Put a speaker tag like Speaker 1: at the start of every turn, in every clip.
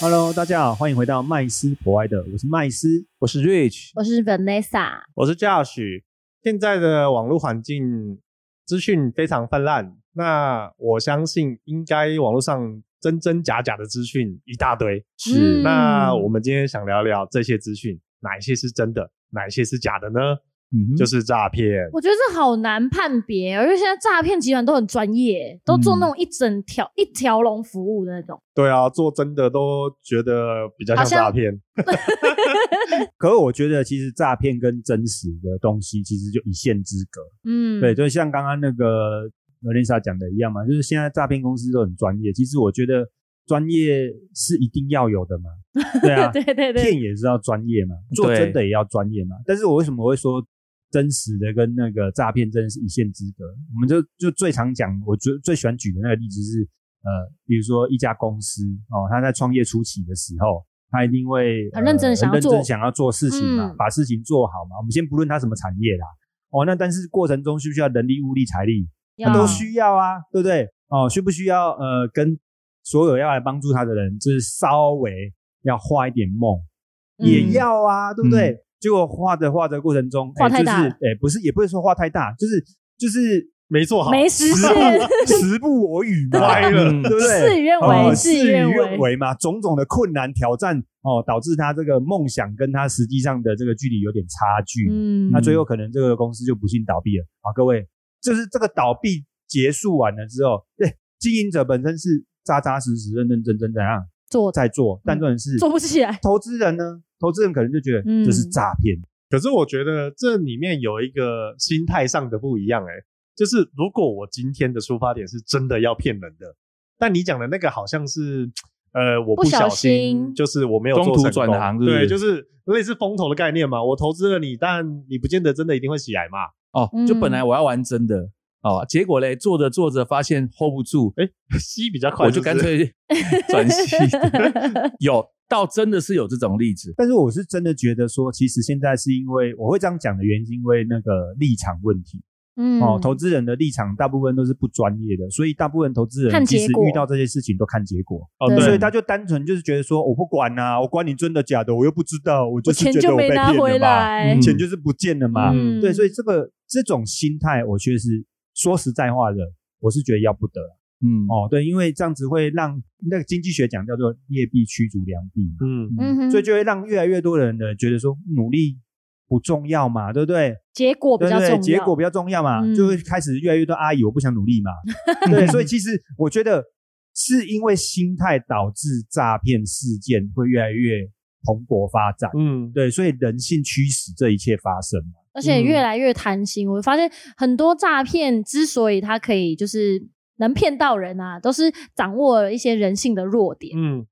Speaker 1: Hello，大家好，欢迎回到麦斯博爱的，我是麦斯，
Speaker 2: 我是 Rich，
Speaker 3: 我是 Vanessa，
Speaker 2: 我是 Josh。现在的网络环境资讯非常泛滥，那我相信应该网络上真真假假的资讯一大堆。
Speaker 3: 是嗯
Speaker 2: 那我们今天想聊聊这些资讯，哪一些是真的，哪一些是假的呢？
Speaker 4: 嗯哼，
Speaker 2: 就是诈骗。
Speaker 3: 我觉得这好难判别，而且现在诈骗集团都很专业，都做那种一整条、一条龙服务的那种。
Speaker 2: 对啊，做真的都觉得比较像
Speaker 3: 好像
Speaker 2: 诈骗。
Speaker 1: 可是我觉得其实诈骗跟真实的东西其实就一线之隔。
Speaker 3: 嗯，
Speaker 1: 对，就像刚刚那个 Melissa 讲的一样嘛，就是现在诈骗公司都很专业。其实我觉得专业是一定要有的嘛，对啊，
Speaker 3: 对对对，
Speaker 1: 骗也是要专业嘛，做
Speaker 2: 对
Speaker 1: 真的也要专业嘛。但是我为什么会说真实的跟那个诈骗真的是一线之隔？我们就就最常讲，我最最喜欢举的那个例子是，呃，比如说一家公司哦，他在创业初期的时候。他一定会
Speaker 3: 很认真地
Speaker 1: 呃
Speaker 3: 想要
Speaker 1: 很认
Speaker 3: 做
Speaker 1: 真想要做事情嘛，
Speaker 3: 嗯
Speaker 1: 把事情做好嘛。我们先不论他什么产业啦，哦，那但是过程中需不需要人力、物力、财力？
Speaker 3: 要
Speaker 1: 都需要啊，对不对？哦，需不需要呃，跟所有要来帮助他的人，就是稍微要画一点梦，
Speaker 3: 嗯
Speaker 1: 也要啊，对不对？结果画着画着过程中，
Speaker 3: 画
Speaker 1: 哎
Speaker 3: 太大
Speaker 1: 就是哎，不是，也不是说画太大，就是就是
Speaker 2: 没做好，
Speaker 3: 没实
Speaker 1: 时
Speaker 3: 现，
Speaker 1: 不时不我与嘛，
Speaker 2: 歪了
Speaker 1: 对不
Speaker 3: 事
Speaker 1: 对？
Speaker 3: 与愿
Speaker 1: 哦
Speaker 3: 违，事与愿
Speaker 1: 愿
Speaker 3: 违。
Speaker 1: 违嘛，种种的困难挑战哦，导致他这个梦想跟他实际上的这个距离有点差距。
Speaker 3: 嗯
Speaker 1: 那最后可能这个公司就不幸倒闭了啊！各位，就是这个倒闭结束完了之后，对经营者本身是扎扎实实、认认真真怎样
Speaker 3: 做
Speaker 1: 在做，但重点是、
Speaker 3: 嗯做不起来，
Speaker 1: 投资人呢，投资人可能就觉得
Speaker 3: 嗯
Speaker 1: 这是诈骗，
Speaker 2: 可是我觉得这里面有一个心态上的不一样、欸，就是如果我今天的出发点是真的要骗人的，但你讲的那个好像是，呃，我
Speaker 3: 不
Speaker 2: 不小
Speaker 3: 小心
Speaker 2: 就是我没有
Speaker 5: 中
Speaker 2: 做
Speaker 5: 途
Speaker 2: 成
Speaker 5: 转
Speaker 2: 功
Speaker 5: 行是不
Speaker 2: 对，
Speaker 5: 是
Speaker 2: 就是类似风投的概念嘛。我投资了你，但你不见得真的一定会起来嘛。
Speaker 5: 哦，就本
Speaker 3: 嗯
Speaker 5: 来我要玩真的哦，结果嘞做着做着发现 hold 不住，
Speaker 2: 吸比较快
Speaker 5: 我
Speaker 2: 是
Speaker 5: 就
Speaker 2: 不是
Speaker 5: 干脆 转系。有，倒真的是有这种例子，
Speaker 1: 但是我是真的觉得说，其实现在是因为我会这样讲的原因，是因为那个立场问题、
Speaker 3: 嗯
Speaker 1: 哦，投资人的立场大部分都是不专业的，所以大部分投资人
Speaker 3: 看
Speaker 1: 其
Speaker 3: 结
Speaker 1: 实
Speaker 3: 果
Speaker 1: 遇到这些事情都看结果，
Speaker 2: 哦，
Speaker 3: 对
Speaker 1: 所以
Speaker 2: 对，
Speaker 1: 他就单纯就是觉得说我不管呐、我管你真的假的，我又不知道，我就
Speaker 3: 我
Speaker 1: 是
Speaker 3: 钱
Speaker 1: 觉得
Speaker 3: 就
Speaker 1: 我被
Speaker 3: 没
Speaker 1: 骗
Speaker 3: 拿回
Speaker 1: 了嘛。
Speaker 3: 来
Speaker 5: 嗯，
Speaker 1: 钱就是不见了嘛。
Speaker 3: 嗯
Speaker 1: 对，所以这个这种心态，我确实说实在话的，我是觉得要不得
Speaker 5: 嗯，
Speaker 1: 哦。对，因为这样子会让那个经济学讲叫做劣币驱逐良币嘛，
Speaker 2: 嗯，
Speaker 3: 嗯哼，
Speaker 1: 所以就会让越来越多的人呢觉得说努力不重要嘛，对不对？
Speaker 3: 结果比
Speaker 1: 对
Speaker 3: 较重
Speaker 1: 对，
Speaker 3: 要，
Speaker 1: 结果比较重要嘛，
Speaker 3: 嗯
Speaker 1: 就会开始越来越多阿姨我不想努力 嘛。对，所以其实我觉得是因为心态导致诈骗事件会越来越蓬勃发展。
Speaker 2: 嗯，
Speaker 1: 对，所以人性驱使这一切发生。
Speaker 3: 而且
Speaker 2: 嗯
Speaker 3: 越来越贪心。我发现很多诈骗之所以它可以就是能骗到人啊，都是掌握了一些人性的弱点，
Speaker 2: 嗯，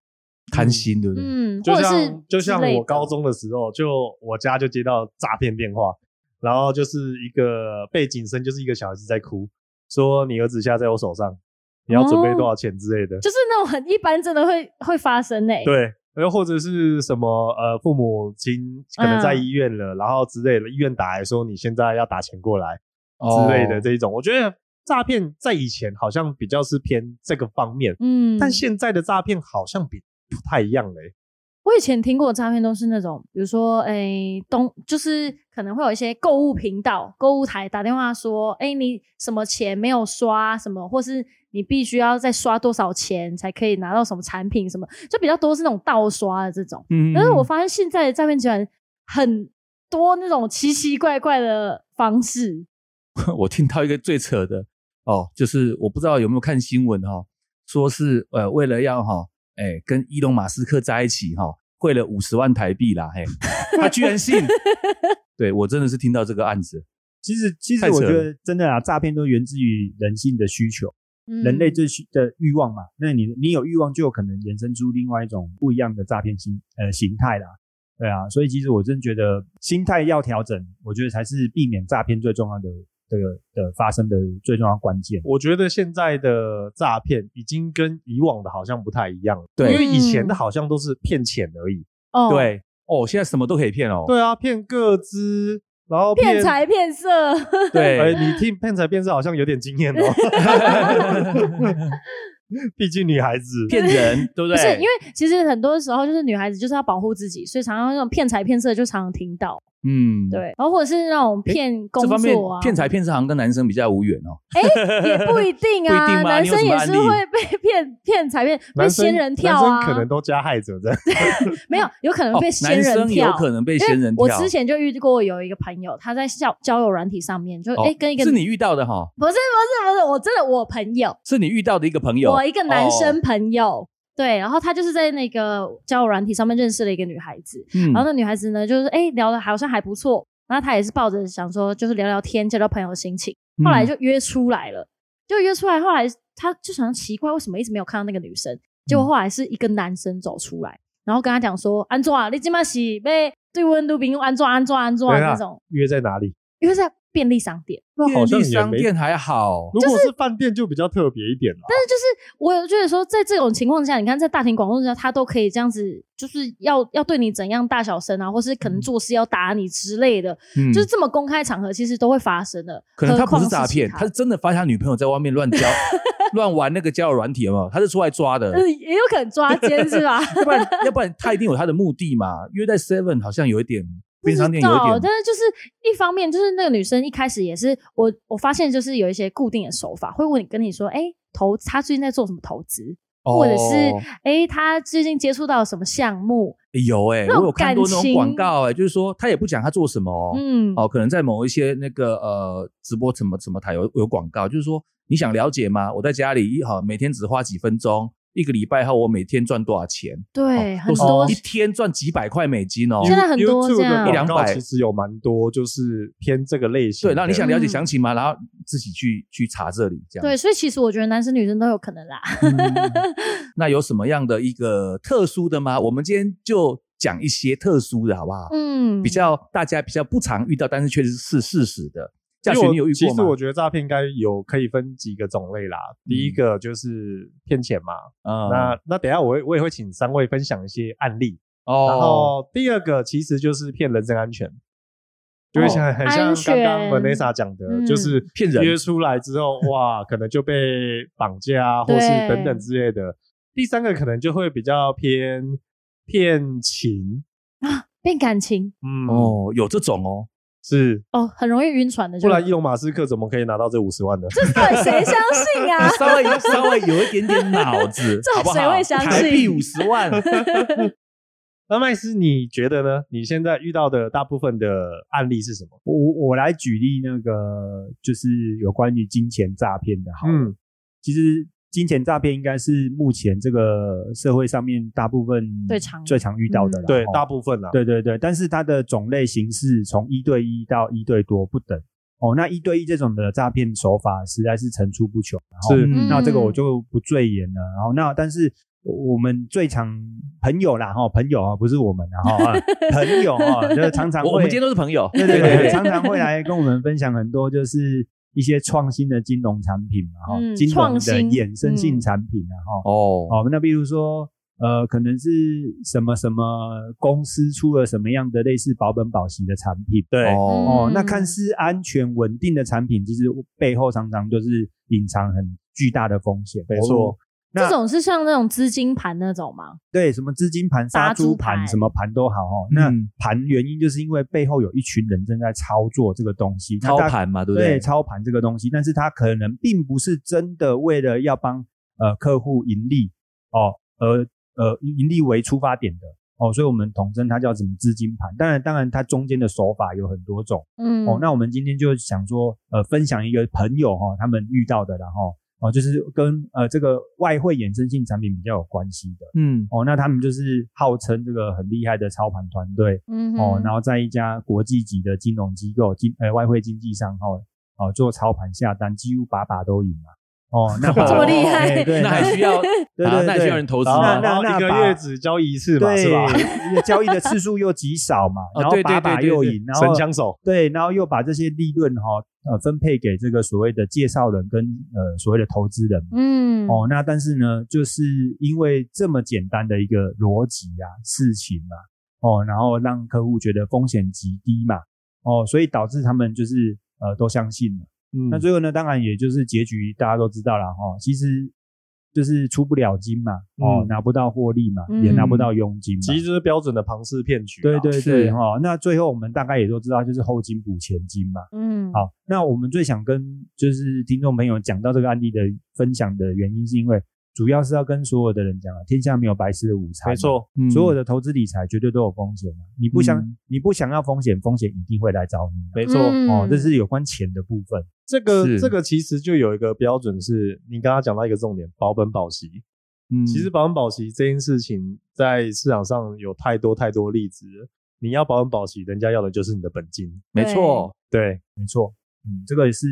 Speaker 5: 贪心对不对？
Speaker 3: 嗯，
Speaker 2: 就
Speaker 3: 或者是
Speaker 2: 像就像
Speaker 3: 之类
Speaker 2: 我
Speaker 3: 的
Speaker 2: 高中的时候，就我家就接到诈骗电话，然后就是一个背景声，就是一个小孩子在哭，说你儿子现在在我手上，你要准
Speaker 3: 哦
Speaker 2: 备多少钱之类的。
Speaker 3: 就是那种很一般，真的会会发生欸诶、
Speaker 2: 对，然后或者是什么呃，父母亲可能在
Speaker 3: 嗯
Speaker 2: 医院了，然后之类的，医院打来说你现在要打钱过来
Speaker 5: 哦
Speaker 2: 之类的这一种，我觉得诈骗在以前好像比较是偏这个方面，
Speaker 3: 嗯，
Speaker 2: 但现在的诈骗好像比不太一样嘞、欸
Speaker 3: 我以前听过的诈骗都是那种，比如说，诶、东就是可能会有一些购物频道、购物台打电话说，诶、你什么钱没有刷什么，或是你必须要再刷多少钱才可以拿到什么产品什么，就比较多是那种盗刷的这种。
Speaker 5: 嗯，
Speaker 3: 但是我发现现在的诈骗集团很多那种奇奇怪怪的方式，
Speaker 5: 我听到一个最扯的哦，就是我不知道有没有看新闻哈、哦说是呃为了要哈、哎跟伊隆马斯克在一起哈、汇了五十万台币啦，嘿，他居然 信，对我真的是听到这个案子，
Speaker 1: 其实，其实
Speaker 5: 太扯
Speaker 1: 我觉
Speaker 5: 了
Speaker 1: 得真的啊，诈骗都源自于人性的需求，
Speaker 3: 嗯
Speaker 1: 人类最需的欲望嘛。那你你有欲望，就有可能衍生出另外一种不一样的诈骗形呃形态啦。
Speaker 6: 对啊，所以其实我真觉得心态要调整，我觉得才是避免诈骗最重要的这个的发生的最重要关键。
Speaker 1: 我觉得现在的诈骗已经跟以往的好像不太一样了，
Speaker 5: 对
Speaker 1: 因为以
Speaker 3: 嗯
Speaker 1: 前的好像都是骗钱而已。
Speaker 3: 哦，，
Speaker 5: 对哦，现在什么都可以骗哦，
Speaker 1: 对啊，骗个资，然后
Speaker 3: 骗财骗色，
Speaker 1: 哎，
Speaker 5: 对
Speaker 1: 你听骗财骗色好像有点经验哦， 毕竟女孩子
Speaker 5: 骗人，对不
Speaker 3: 不
Speaker 5: 对？
Speaker 3: 是因为其实很多时候就是女孩子就是要保护自己，所以常常那种骗财骗色就常常听到，
Speaker 5: 嗯，
Speaker 3: 对，然后或者是那种骗工
Speaker 5: 这方面
Speaker 3: 作啊，
Speaker 5: 骗财骗色好像跟男生比较无缘哦。
Speaker 3: 也不一定
Speaker 5: 不
Speaker 3: 啊，
Speaker 5: 一定吗
Speaker 3: 男生
Speaker 5: 你
Speaker 3: 也
Speaker 5: 有什
Speaker 3: 是
Speaker 5: 么案例
Speaker 3: 会被 骗骗财骗被
Speaker 1: 男生
Speaker 3: 仙人跳啊，
Speaker 1: 男生可能都加害者 在。
Speaker 3: 没有，有可能
Speaker 5: 哦
Speaker 3: 被仙
Speaker 5: 男
Speaker 3: 人
Speaker 5: 生
Speaker 3: 跳，
Speaker 5: 有可能被仙人
Speaker 3: 因为
Speaker 5: 跳。
Speaker 3: 我之前就遇过有一个朋友，他在交交友软体上面，就哎、
Speaker 5: 哦
Speaker 3: 诶跟一个
Speaker 5: 是你遇到的哈，
Speaker 3: 不是不是不是，我真的我朋友，
Speaker 5: 是你遇到的一个朋友，
Speaker 3: 我一个男生
Speaker 5: 哦，
Speaker 3: 朋友，对，然后他就是在那个交友软体上面认识了一个女孩子，
Speaker 5: 嗯
Speaker 3: 然后那女孩子呢，就是哎、诶聊的好像还不错，然后他也是抱着想说就是聊聊天，交交朋友的心情，
Speaker 5: 嗯
Speaker 3: 后来就约出来了，就约出来，后来他就想奇怪为什么一直没有看到那个女
Speaker 5: 嗯
Speaker 3: 生，结果后来是一个男生走出来，然后跟他讲说安怎啊，你今嘛是被对温度饼安怎安怎安怎啊
Speaker 1: 等一下
Speaker 3: 那种，
Speaker 1: 约在哪里？
Speaker 3: 因为是在便利商店，
Speaker 1: 那好
Speaker 5: 嗯便
Speaker 1: 像
Speaker 5: 利
Speaker 1: 也
Speaker 5: 商
Speaker 1: 没。
Speaker 5: 店还好，
Speaker 1: 如果是饭店就比较特别一点了。
Speaker 3: 但是就是我有觉得说，在这种情况下，你看在大庭广众之下，他都可以这样子，就是要要对你怎样大小声啊，或是可能做事要打你之类的，
Speaker 5: 嗯
Speaker 3: 就是这么公开场合，其实都会发生的。
Speaker 5: 可能他
Speaker 3: 何
Speaker 5: 不
Speaker 3: 况
Speaker 5: 是
Speaker 3: 是
Speaker 5: 诈骗，
Speaker 3: 其
Speaker 5: 他是真的发现他女朋友在外面乱 交乱玩那个交友软体，有没有？他是出来抓的
Speaker 3: 但，是呃也有可能抓奸是吧？
Speaker 5: 要不然要不然他一定有他的目的嘛。约在 Seven 好像有一点，
Speaker 3: 不
Speaker 5: 便利
Speaker 3: 知
Speaker 5: 商店有
Speaker 3: 道，
Speaker 5: 一点，
Speaker 3: 但是就是一方面，就是那个女生一开始也是我，我发现就是有一些固定的手法，会问你跟你说，哎、投她最近在做什么投资，或者是
Speaker 5: 哦
Speaker 3: 哎、她最近接触到什么项目，
Speaker 5: 有哎、
Speaker 3: 那种
Speaker 5: 我有看过那
Speaker 3: 感
Speaker 5: 种
Speaker 3: 情
Speaker 5: 广告哎、就是说他也不讲他做什么哦，
Speaker 3: 嗯，
Speaker 5: 哦，可能在某一些那个呃直播什么什么台有有广告，就是说你想了解吗？我在家里一好每天只花几分钟，一个礼拜后我每天赚多少钱？
Speaker 3: 对，
Speaker 5: 哦
Speaker 3: 很
Speaker 5: 都是
Speaker 3: 多
Speaker 5: 一天赚几百块美金哦。
Speaker 3: 现在很多
Speaker 1: YouTube
Speaker 3: 这样
Speaker 1: 的广告
Speaker 5: 100
Speaker 1: 其实有蛮多，就是偏这个类型
Speaker 5: 对，
Speaker 1: 的。
Speaker 5: 然后你想了解
Speaker 3: 嗯
Speaker 5: 详情吗？然后自己去去查这里这样。
Speaker 3: 对，所以其实我觉得男生女生都有可能啦。
Speaker 5: 嗯那有什么样的一个特殊的吗？我们今天就讲一些特殊的好不好？
Speaker 3: 嗯，
Speaker 5: 比较大家比较不常遇到，但是确实是事实的。教
Speaker 1: 因
Speaker 5: 学
Speaker 1: 为
Speaker 5: 你有
Speaker 1: 我
Speaker 5: 遇
Speaker 1: 其
Speaker 5: 过
Speaker 1: 实
Speaker 5: 吗？
Speaker 1: 我觉得诈骗应该有可以分几个种类啦。第一个就是骗钱嘛，
Speaker 5: 嗯
Speaker 1: 那那等一下我会我也会请三位分享一些案例。然
Speaker 5: 哦，
Speaker 1: 后第二个其实就是骗人身安全，就是像很
Speaker 3: 安
Speaker 1: 像
Speaker 3: 全
Speaker 1: 刚刚 Vanessa 讲的，
Speaker 3: 嗯
Speaker 1: 就是
Speaker 5: 骗人
Speaker 1: 约出来之后，哇，可能就被绑架啊，或是
Speaker 3: 对
Speaker 1: 等等之类的。第三个可能就会比较偏骗情，
Speaker 3: 变感情
Speaker 1: 嗯，
Speaker 5: 哦，有这种 哦，
Speaker 1: 是，
Speaker 3: 哦，很容易晕船的就，
Speaker 1: 不然伊隆马斯克怎么可以拿到这五十万呢？
Speaker 3: 这到底谁相信啊？
Speaker 5: 稍微稍微有一点点脑子，
Speaker 3: 这
Speaker 5: 好不好
Speaker 3: 谁会相信
Speaker 5: 台币五十 万，
Speaker 1: 那麦斯，你觉得呢？你现在遇到的大部分的案例是什么？
Speaker 6: 我我我来举例那个就是有关于金钱诈骗的好了，
Speaker 1: 嗯，
Speaker 6: 其实金钱诈骗应该是目前这个社会上面大部分
Speaker 3: 最常
Speaker 6: 最常遇到的啦，
Speaker 3: 嗯
Speaker 1: 对，
Speaker 6: 哦
Speaker 1: 大部分啦，
Speaker 6: 对对对，但是它的种类形式从一对一到一对多不等哦。那一对一这种的诈骗手法实在是层出不穷，然后
Speaker 1: 是
Speaker 5: 嗯
Speaker 6: 那这个我就不赘言了。然后那但是我我们最常朋友啦哈，朋友啊不是我们然 后啊朋友啊，就是常常
Speaker 5: 我我
Speaker 6: 会
Speaker 5: 们今天都是朋友，
Speaker 6: 对对对，常常会来跟我们分享很多就是。一些创新的金融产品嘛，哈、
Speaker 3: 嗯
Speaker 6: 金融
Speaker 3: 创
Speaker 6: 的
Speaker 3: 新
Speaker 6: 衍生性
Speaker 3: 嗯
Speaker 6: 产品啊，哈、
Speaker 5: 哦，
Speaker 6: 哦，那比如说，呃，可能是什么什么公司出了什么样的类似保本保息的产品，对
Speaker 5: 哦，
Speaker 6: 哦，
Speaker 3: 嗯
Speaker 6: 那看似安全稳定的产品，其实背后常常就是隐藏很巨大的风险。
Speaker 1: 没错
Speaker 6: 哦， 那
Speaker 3: 这种是像那种资金盘那种吗？
Speaker 6: 对什么资金盘、
Speaker 3: 杀
Speaker 6: 杀
Speaker 3: 猪
Speaker 6: 猪
Speaker 3: 盘
Speaker 6: 盘、什么盘都好哦。那
Speaker 5: 嗯
Speaker 6: 盘原因就是因为背后有一群人正在操作这个东西，那
Speaker 5: 操
Speaker 6: 大
Speaker 5: 盘嘛，对不
Speaker 6: 对？操盘这个东西，但是他可能并不是真的为了要帮呃客户盈利哦，而呃盈利为出发点的哦，所以我们统称它叫什么资金盘。当然，当然它中间的手法有很多种
Speaker 3: 嗯，
Speaker 6: 哦。那我们今天就想说呃分享一个朋友哈、哦，他们遇到的然后。哦，就是跟呃这个外汇衍生性产品比较有关系的
Speaker 5: 嗯，
Speaker 6: 哦，那他们就是号称这个很厉害的操盘团队，
Speaker 3: 嗯哼
Speaker 6: 哦，然后在一家国际级的金融机构金呃外汇经纪商哦哦做操盘下单，几乎把把都赢嘛。 哦，那
Speaker 3: 这么厉害
Speaker 6: 哎对，
Speaker 5: 那还需要
Speaker 6: 对
Speaker 5: 啊
Speaker 6: 对
Speaker 5: 那还
Speaker 6: 对
Speaker 5: 需要人投资
Speaker 6: 那
Speaker 5: 吗
Speaker 6: 那？
Speaker 1: 然后
Speaker 6: 那
Speaker 1: 一个
Speaker 6: 把
Speaker 1: 月只交易一次嘛，
Speaker 6: 对
Speaker 1: 是吧？
Speaker 6: 交易的次数又极少嘛，
Speaker 5: 哦
Speaker 6: 然后
Speaker 5: 对对对
Speaker 6: 把把
Speaker 5: 对
Speaker 6: 又
Speaker 5: 对
Speaker 6: 赢，然
Speaker 1: 神
Speaker 6: 后
Speaker 1: 枪手，
Speaker 6: 对，然后又把这些利润哈呃分配给这个所谓的介绍人跟呃所谓的投资人嘛。
Speaker 3: 嗯，
Speaker 6: 哦，那但是呢，就是因为这么简单的一个逻辑啊、事情啊，哦，然后让客户觉得风险极低嘛，哦，所以导致他们就是呃都相信了。
Speaker 1: 嗯
Speaker 6: 那最后呢，当然也就是结局大家都知道了哈、哦，其实就是出不了金嘛，哦，
Speaker 1: 嗯
Speaker 6: 拿不到获利嘛，也拿不到佣金嘛。
Speaker 1: 其实就是标准的庞氏骗局啊。
Speaker 6: 对对
Speaker 5: 是
Speaker 6: 对，哈、哦，那最后我们大概也都知道，就是后金补前金嘛。
Speaker 3: 嗯，
Speaker 6: 哦好，那我们最想跟就是听众朋友讲到这个案例的分享的原因，是因为主要是要跟所有的人讲啊，天下没有白吃的午餐，
Speaker 1: 没，错，
Speaker 5: 嗯
Speaker 6: 所有的投资理财绝对都有风险啊，你不想、
Speaker 5: 嗯
Speaker 6: 你不想要风险，风险一定会来找你啊、
Speaker 5: 没错，
Speaker 3: 嗯
Speaker 6: 哦，这是有关钱的部分，
Speaker 1: 这个
Speaker 5: 是
Speaker 1: 这个其实就有一个标准是，你刚刚讲到一个重点，保本保息。啊
Speaker 5: 嗯
Speaker 1: 其实保本保息这件事情在市场上有太多太多例子了，你要保本保息，人家要的就是你的本金。
Speaker 5: 没错。
Speaker 1: 对，
Speaker 6: 没错，嗯，这个是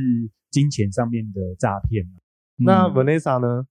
Speaker 6: 金钱上面的诈骗啊嘛，
Speaker 1: 那
Speaker 5: 嗯
Speaker 1: Vanessa 呢？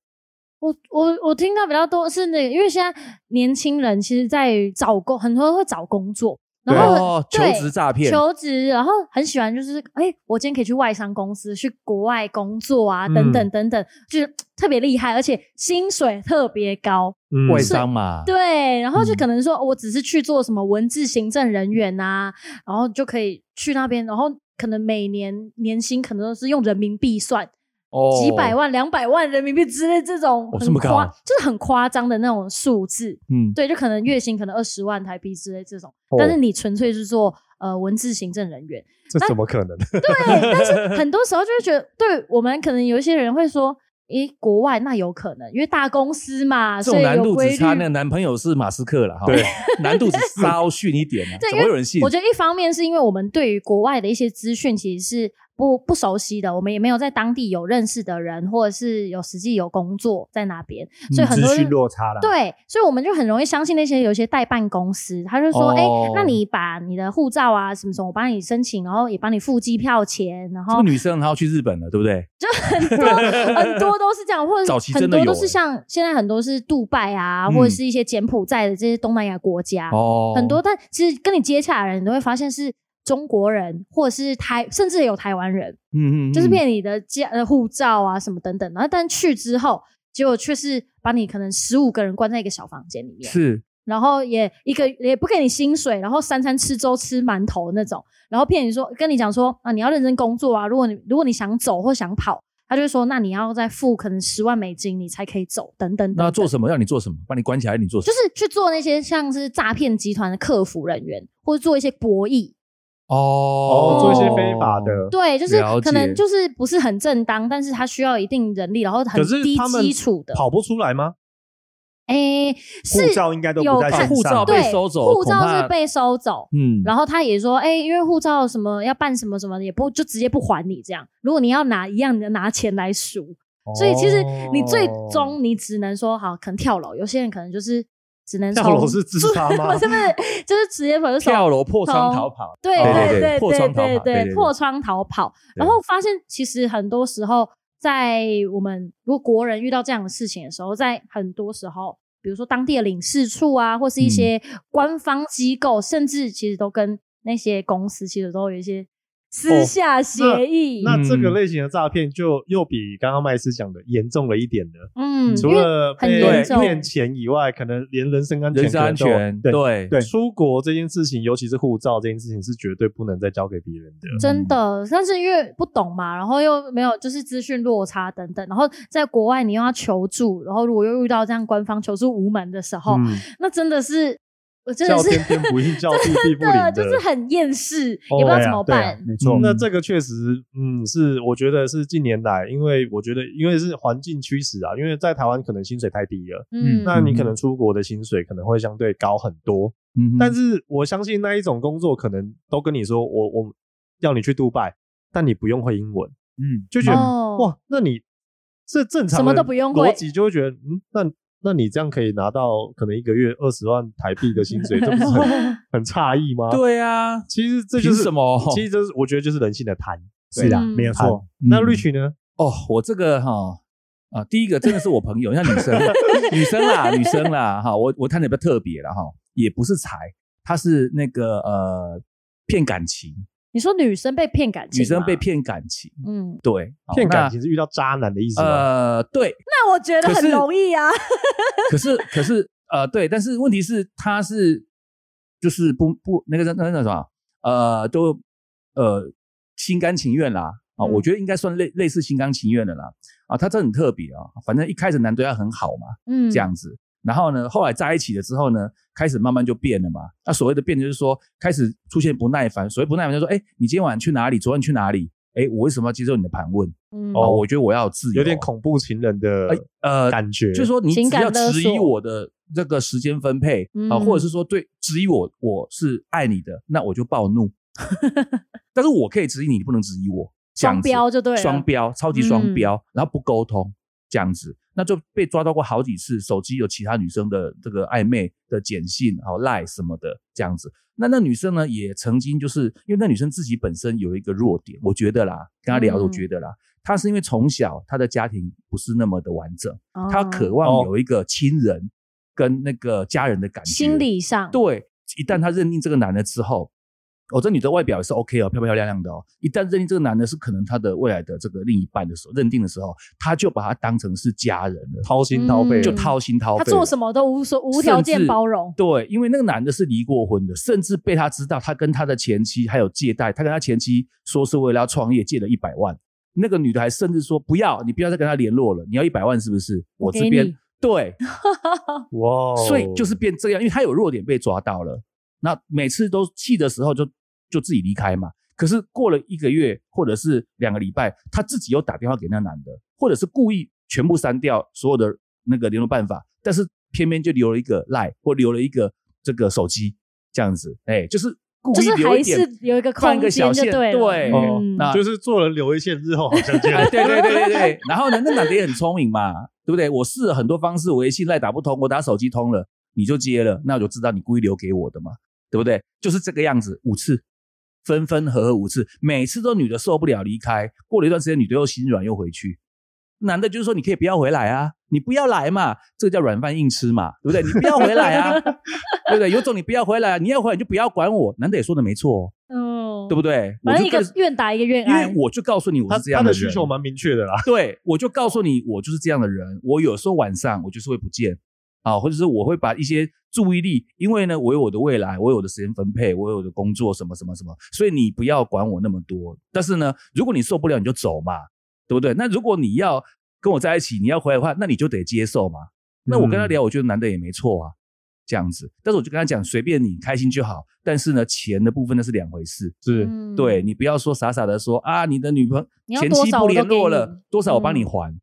Speaker 3: 我我我听到比较多是那个，因为现在年轻人其实在于找工，很多人会找工作，然后很、
Speaker 5: 哦，求
Speaker 3: 对
Speaker 5: 职诈骗，
Speaker 3: 求职，然后很喜欢就是，哎，我今天可以去外商公司，去国外工作啊，
Speaker 1: 嗯
Speaker 3: 等等等等，就是特别厉害，而且薪水特别高。
Speaker 1: 嗯
Speaker 5: 外商嘛，
Speaker 3: 对，然后就
Speaker 5: 嗯
Speaker 3: 可能说，哦我只是去做什么文字行政人员呐、然后就可以去那边，然后可能每年年薪可能都是用人民币算，
Speaker 5: 哦，
Speaker 3: 几百，万、两百万人民币之类这种
Speaker 5: 哦这
Speaker 3: 很
Speaker 5: 么
Speaker 3: 夸，
Speaker 5: 高
Speaker 3: 就是很夸张的那种数字。
Speaker 5: 嗯，哦
Speaker 3: 对，就可能月薪可能二十万台币之类这种，但是你纯粹是做呃文字行政人员，
Speaker 1: 这怎么可能？
Speaker 3: 对，但是很多时候就会觉得，对我们可能有一些人会说，咦，国外那有可能，因为大公司嘛，
Speaker 5: 这
Speaker 3: 所
Speaker 5: 种
Speaker 3: 以
Speaker 5: 难
Speaker 3: 有
Speaker 5: 度
Speaker 3: 规
Speaker 5: 只
Speaker 3: 律。
Speaker 5: 差那个男朋友是马斯克了哈，
Speaker 1: 对，
Speaker 5: 难度只稍逊一点啊，
Speaker 3: 对
Speaker 5: 怎么会有人信？
Speaker 3: 我觉得一方面是因为我们对于国外的一些资讯其实是不不熟悉的，我们也没有在当地有认识的人，或者是有实际有工作在那边，
Speaker 5: 嗯
Speaker 3: 所以很
Speaker 6: 资
Speaker 3: 多人
Speaker 6: 讯落差啦，，
Speaker 3: 对，所以我们就很容易相信那些有一些代办公司，他就说：“哎、
Speaker 5: 哦
Speaker 3: 那你把你的护照啊什么什么，我帮你申请，然后也帮你付机票钱，然
Speaker 5: 这
Speaker 3: 后
Speaker 5: 个女生她要去日本了，对不对？
Speaker 3: 很多很多都是这样，或者
Speaker 5: 早期
Speaker 3: 是
Speaker 5: 真
Speaker 3: 很
Speaker 5: 的
Speaker 3: 多都
Speaker 5: 有
Speaker 3: 是
Speaker 5: 哎
Speaker 3: 像现在很多是杜拜啊，或
Speaker 5: 嗯
Speaker 3: 者是一些柬埔寨的这些东南亚国家，
Speaker 5: 哦，
Speaker 3: 很多。但其实跟你接洽的人，你都会发现是中国人，或者是台，甚至有台湾人。”
Speaker 5: 嗯，嗯嗯，
Speaker 3: 就是骗你的家呃护照啊什么等等，然后但去之后，结果却是把你可能十五个人关在一个小房间里面，
Speaker 5: 嗯是
Speaker 3: 然后也一个也不给你薪水，然后三餐吃粥吃馒头那种，然后骗你说跟你讲说啊你要认真工作啊，如果你如果你想走或想跑，他就会说那你要再付可能十万美金你才可以走等等等
Speaker 5: 那
Speaker 3: 等
Speaker 5: 做什么？让你做什么？把你关起来，你做什
Speaker 3: 就
Speaker 5: 么？
Speaker 3: 是去做那些像是诈骗集团的客服人员，或者做一些博弈，
Speaker 5: 哦
Speaker 1: 哦，做一些非法的，
Speaker 3: 对，就是
Speaker 5: 了解
Speaker 3: 可能就是不是很正当，但是他需要一定人力，然后很
Speaker 1: 可是
Speaker 3: 低
Speaker 1: 他们
Speaker 3: 基础的。
Speaker 1: 跑不出来吗？
Speaker 3: 诶，
Speaker 6: 护
Speaker 3: 是
Speaker 6: 照应该都
Speaker 3: 有
Speaker 6: 不在
Speaker 3: 看
Speaker 6: 线
Speaker 5: 护照
Speaker 6: 上，
Speaker 5: 被
Speaker 3: 对
Speaker 5: 收走
Speaker 3: 护
Speaker 5: 恐
Speaker 3: 照
Speaker 5: 怕
Speaker 3: 是被收走。
Speaker 5: 嗯，
Speaker 3: 然后他也说，诶，因为护照什么要办什么什么的，也不就直接不还你这样。如果你要拿一样，你就拿钱来赎。所以其实你最
Speaker 1: 哦
Speaker 3: 终你只能说好，可能跳楼。有些人可能就是只能
Speaker 1: 跳
Speaker 3: 从
Speaker 1: 楼是自杀吗
Speaker 3: 不是不是，就是直接把
Speaker 5: 跳楼破窗逃跑，
Speaker 3: 对
Speaker 5: 哦
Speaker 3: 对对
Speaker 5: 破窗逃跑
Speaker 3: 对
Speaker 5: 对对对
Speaker 3: 破窗逃跑。然后发现其实很多时候，在我们如果国人遇到这样的事情的时候，在很多时候，比如说当地的领事处啊，或
Speaker 5: 嗯
Speaker 3: 是一些官方机构，甚至其实都跟那些公司其实都有一些
Speaker 5: 哦
Speaker 3: 私下协议。
Speaker 1: 那这个
Speaker 5: 嗯
Speaker 1: 类型的诈骗就又比刚刚麦斯讲的严重了一点呢。
Speaker 3: 嗯，
Speaker 1: 除
Speaker 3: 因为
Speaker 1: 了
Speaker 3: 很
Speaker 1: 被
Speaker 3: 严重
Speaker 1: 骗钱以外，可能连人身安全
Speaker 5: 人身安
Speaker 1: 可能都
Speaker 5: 全，
Speaker 6: 对
Speaker 5: 对
Speaker 6: 对
Speaker 1: 出国这件事情，尤其是护照这件事情，是绝对不能再交给别人的。
Speaker 3: 真的，但是因为不懂嘛，然后又没有就是资讯落差等等，然后在国外你又要求助，然后如果又遇到这样官方求助无门的时候，
Speaker 1: 嗯，
Speaker 3: 那真的是，我真的
Speaker 1: 叫
Speaker 3: 是
Speaker 1: 天天 不应，叫地地不
Speaker 3: 真的
Speaker 1: 灵
Speaker 3: 就是很厌世，
Speaker 1: 哦
Speaker 3: 也不知道
Speaker 6: 对啊
Speaker 3: 怎么
Speaker 6: 对啊
Speaker 3: 办。
Speaker 6: 没错，
Speaker 1: 那这个确实，嗯，是我觉得是近年来，因为我觉得因为是环境驱使啊，因为在台湾可能薪水太低了，
Speaker 3: 嗯，
Speaker 6: 嗯
Speaker 1: 那你可能出国的薪水可能会相对高很多，
Speaker 5: 嗯哼
Speaker 1: 但是我相信那一种工作可能都跟你说，我我要你去杜拜，但你不用会英文，
Speaker 6: 嗯，
Speaker 1: 就觉得、
Speaker 3: 哦
Speaker 1: 哇，那你这正常
Speaker 3: 什么都不用会
Speaker 1: 逻辑就会觉得，嗯，那那你这样可以拿到可能一个月二十万台币的薪水，这不是 很很诧异吗？，
Speaker 5: 对啊，
Speaker 1: 其实这就
Speaker 5: 凭
Speaker 1: 是
Speaker 5: 什么
Speaker 1: 其实这是我觉得就是人性的贪。
Speaker 6: 是啦，
Speaker 3: 嗯
Speaker 6: 没有错，
Speaker 1: 那
Speaker 5: 嗯
Speaker 1: Rich 呢？
Speaker 5: 哦，我这个哈、啊，第一个真的是我朋友，像女生，女生啦，女生啦，哈，我我看的比较特别了哈，也不是财，她是那个呃骗感情，
Speaker 3: 你说女生被骗感情，啊
Speaker 5: 女生被，骗感情，
Speaker 3: 嗯，
Speaker 5: 对，好
Speaker 1: 骗感情是遇到渣男的意思
Speaker 5: 那
Speaker 1: 吗？
Speaker 5: 呃，对，
Speaker 3: 那我觉得
Speaker 5: 可是
Speaker 3: 很容易啊。
Speaker 5: 可是可是呃，对，但是问题是他是就是不不那个那那那什么呃，都呃心甘情愿啦啊，
Speaker 3: 嗯
Speaker 5: 我觉得应该算类类似心甘情愿的啦啊，他这很特别啊，反正一开始男对他很好嘛，
Speaker 3: 嗯，
Speaker 5: 这样子。然后呢，后来在一起了之后呢，开始慢慢就变了嘛。那所谓的变，就是说开始出现不耐烦。所谓不耐烦，就是说，哎，你今天晚上去哪里？昨天去哪里？哎，我为什么要接受你的盘问？
Speaker 3: 嗯，
Speaker 5: 哦，我觉得我要有自由，
Speaker 1: 有点恐怖情人的
Speaker 5: 哎呃
Speaker 1: 感觉，
Speaker 5: 就是说你只
Speaker 3: 情感
Speaker 5: 要
Speaker 3: 勒
Speaker 5: 质
Speaker 3: 索
Speaker 5: 疑我的这个时间分配啊、
Speaker 3: 嗯
Speaker 5: 或者是说对质疑我我是爱你的，那我就暴 怒。但是我可以质疑你，你不能质疑我，这样
Speaker 3: 双
Speaker 5: 子
Speaker 3: 标就对了，
Speaker 5: 双标，超级双
Speaker 3: 嗯
Speaker 5: 标，然后不沟通这样子，那就被抓到过好几次，手机有其他女生的这个暧昧的简讯，好赖什么的这样子。那那女生呢，也曾经就是因为那女生自己本身有一个弱点，我觉得啦，跟她聊，
Speaker 3: 嗯
Speaker 5: 我觉得啦，她是因为从小她的家庭不是那么的完整，
Speaker 3: 哦，
Speaker 5: 她渴望有一个亲人跟那个家人的感觉，
Speaker 3: 心理上，
Speaker 5: 对，一旦她认定这个男的之后，哦，这女的外表也是 OK 哦，漂漂亮亮的哦。一旦认定这个男的是可能她的未来的这个另一半的时候，认定的时候，她就把他当成是家人了，
Speaker 1: 掏心掏肺
Speaker 3: 嗯
Speaker 1: 的，
Speaker 5: 就掏心掏肺了。
Speaker 3: 他做什么都无所无条
Speaker 5: 甚
Speaker 3: 件
Speaker 5: 至
Speaker 3: 包容，
Speaker 5: 对，因为那个男的是离过婚的，甚至被他知道他跟他的前妻还有借贷，他跟他前妻说是为了要创业借了一百万，那个女的还甚至说不要，你不要再跟他联络了，你要一百万是不是？我
Speaker 3: 给
Speaker 5: 这
Speaker 3: 你
Speaker 5: 边对，
Speaker 1: 哇哦，
Speaker 5: 所以就是变这样，因为他有弱点被抓到了，那每次都气的时候就就自己离开嘛。可是过了一个月或者是两个礼拜，他自己又打电话给那男的，或者是故意全部删掉所有的那个联络办法，但是偏偏就留了一个 line 或留了一个这个手机这样子，哎，就是故
Speaker 3: 就
Speaker 5: 意
Speaker 3: 是
Speaker 5: 留
Speaker 3: 还
Speaker 5: 一点
Speaker 3: 是有一个
Speaker 5: 放
Speaker 3: 空
Speaker 5: 一个
Speaker 3: 间
Speaker 5: 小
Speaker 3: 就
Speaker 5: 线，
Speaker 3: 对了
Speaker 5: 对，
Speaker 1: 哦
Speaker 3: 嗯
Speaker 5: 那
Speaker 1: 就是做人留一线，日后好相见。
Speaker 5: 啊 哎， 对对对对对。然后呢，那男的也很聪明嘛，对不对？我试了很多方式，微信赖打不通，我打手机通了，你就接了，那我就知道你故意留给我的嘛，对不对？就是这个样子，五次，分分合合五次，每次都女的受不了离开，过了一段时间，女的又心软又回去。男的就是说，你可以不要回来啊，你不要来嘛，这个叫软饭硬吃嘛，对不对？你不要回来啊，对不对？有种你不要回来啊，你要回来你就不要管我。男的也说的没错、哦，
Speaker 3: 嗯，
Speaker 5: 对不对？我
Speaker 3: 反正
Speaker 5: 就
Speaker 3: 一个
Speaker 5: 跟
Speaker 3: 愿打一个愿
Speaker 5: 因
Speaker 3: 挨
Speaker 5: 为，我就告诉你我
Speaker 1: 他
Speaker 5: 是这样
Speaker 1: 他的
Speaker 5: 人嗯
Speaker 1: 需求蛮明确的啦，
Speaker 5: 对，我就告诉你，我就是这样的人。我有时候晚上我就是会不见啊，或者是我会把一些注意力，因为呢，我有我的未来，我有我的时间分配，我有我的工作，什么什么什么，所以你不要管我那么多。但是呢，如果你受不了，你就走嘛，对不对？那如果你要跟我在一起，你要回来的话，那你就得接受嘛。那我
Speaker 1: 嗯
Speaker 5: 跟他聊，我觉得男的也没错啊，这样子。但是我就跟他讲，随便你开心就好。但是呢，钱的部分那是两回事。
Speaker 1: 是
Speaker 3: 嗯
Speaker 5: 对你不要说傻傻的说啊，你的女朋
Speaker 3: 你
Speaker 5: 友
Speaker 3: 要
Speaker 5: 前
Speaker 3: 多
Speaker 5: 妻
Speaker 3: 少
Speaker 5: 不
Speaker 3: 我都
Speaker 5: 联
Speaker 3: 给
Speaker 5: 络
Speaker 3: 你
Speaker 5: 了，多少我帮你
Speaker 3: 嗯
Speaker 5: 还，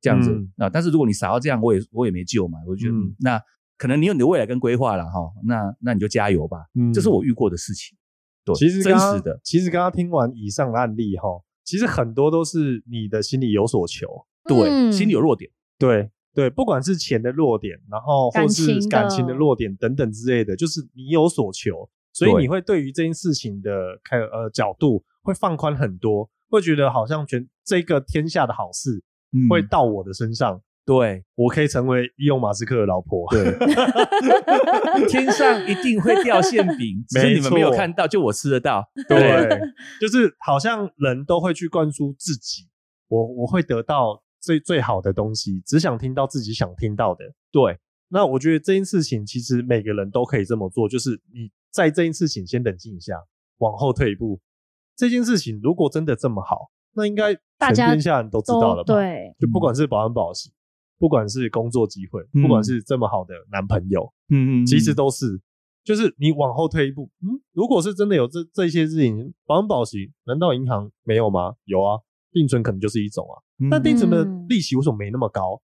Speaker 5: 这样子
Speaker 1: 嗯
Speaker 5: 啊。但是如果你傻到这样，我也我也没救嘛。我就觉得
Speaker 1: 嗯
Speaker 5: 那可能你有你的未来跟规划了哈，那那你就加油吧。
Speaker 1: 嗯
Speaker 5: 这是我遇过的事情，对，
Speaker 1: 其实
Speaker 5: 真
Speaker 1: 刚刚
Speaker 5: 实的，
Speaker 1: 其实刚刚听完以上的案例哈，其实很多都是你的心里有所求，
Speaker 5: 对，
Speaker 3: 嗯
Speaker 5: 心里有弱点，
Speaker 1: 对对，不管是钱的弱点，然后或
Speaker 3: 感情
Speaker 1: 是
Speaker 3: 的
Speaker 1: 感情的弱点等等之类的，就是你有所求，所以
Speaker 5: 对
Speaker 1: 你会对于这件事情的看呃角度会放宽很多，会觉得好像全这个天下的好事
Speaker 5: 嗯
Speaker 1: 会到我的身上，
Speaker 5: 对
Speaker 1: 我可以成为伊隆马斯克的老婆。
Speaker 5: 对，天上一定会掉馅 饼，只是
Speaker 1: 没
Speaker 5: 你们没有
Speaker 1: 错
Speaker 5: 看到，就我吃得到。
Speaker 1: 对，就是好像人都会去灌输自己，我我会得到最最好的东西，只想听到自己想听到的。
Speaker 5: 对，
Speaker 1: 那我觉得这件事情其实每个人都可以这么做，就是你在这件事情先冷静一下，往后退一步。这件事情如果真的这么好，那应该
Speaker 3: 大
Speaker 1: 全
Speaker 3: 家
Speaker 1: 天下人都知道
Speaker 3: 都
Speaker 1: 了吧？，
Speaker 3: 对，
Speaker 1: 就不管是保安保险，不管是工作机会，
Speaker 5: 嗯
Speaker 1: 不管是这么好的男朋友，
Speaker 5: 嗯
Speaker 1: 其实都是，就是你往后退一步，嗯，如果是真的有这这些事情，保本保息，难道银行没有吗？有啊，定存可能就是一种啊，那定存的
Speaker 3: 嗯
Speaker 1: 利息为什么没那么高？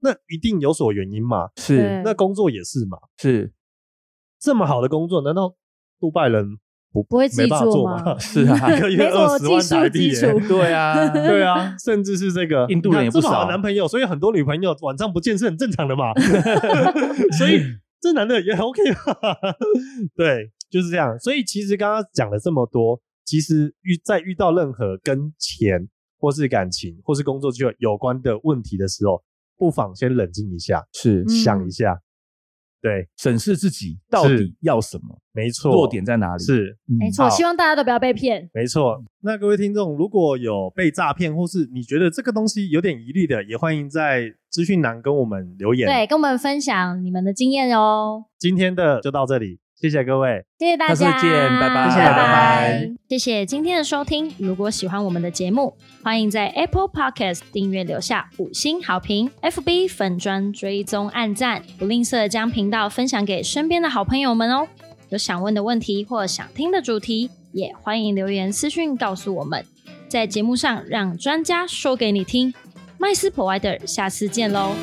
Speaker 1: 那一定有所原因嘛。
Speaker 5: 是
Speaker 3: 对
Speaker 1: 那工作也是嘛，
Speaker 5: 是
Speaker 1: 这么好的工作，难道杜拜人不
Speaker 3: 不会自己
Speaker 1: 没办法做
Speaker 3: 吗
Speaker 1: 吗？
Speaker 5: 是 啊，
Speaker 1: 一个月
Speaker 3: 没什么
Speaker 1: 二十
Speaker 3: 技
Speaker 1: 万台
Speaker 3: 术
Speaker 1: 币、
Speaker 3: 基础
Speaker 1: 耶。，
Speaker 5: 对啊，
Speaker 1: 对啊，甚至是这个
Speaker 5: 印度人也
Speaker 1: 你看
Speaker 5: 不
Speaker 1: 这么好
Speaker 5: 少
Speaker 1: 的男朋友，所以很多女朋友晚上不见是很正常的 嘛。所以这男的也 OK 吧？ 对，就是这样。所以其实刚刚讲了这么多，其实遇在遇到任何跟钱或是感情，或是工作机会有关的问题的时候，不妨先冷静一下，
Speaker 5: 是
Speaker 3: 嗯
Speaker 1: 想一下。对，
Speaker 5: 审视自己到底要什么，
Speaker 1: 没错，
Speaker 5: 弱点在哪里？
Speaker 1: 是
Speaker 5: 嗯
Speaker 3: 没错，希望大家都不要被骗。
Speaker 1: 没错。那各位听众，如果有被诈骗，或是你觉得这个东西有点疑虑的，也欢迎在资讯栏跟我们留言。
Speaker 3: 对，，跟我们分享你们的经验哦，
Speaker 1: 今天的就到这里，谢谢各位。
Speaker 3: 谢谢大家，
Speaker 5: 下次见拜拜
Speaker 1: 谢谢拜拜，
Speaker 3: 谢谢今天的收听。如果喜欢我们的节目，欢迎在 Apple Podcast 订阅留下五星好评，FB 粉砖追踪按赞，不吝啬将频道分享给身边的好朋友们哦。有想问的问题或想听的主题，也欢迎留言私讯告诉我们，在节目上让专家说给你听。麦斯 Provider，下次见喽，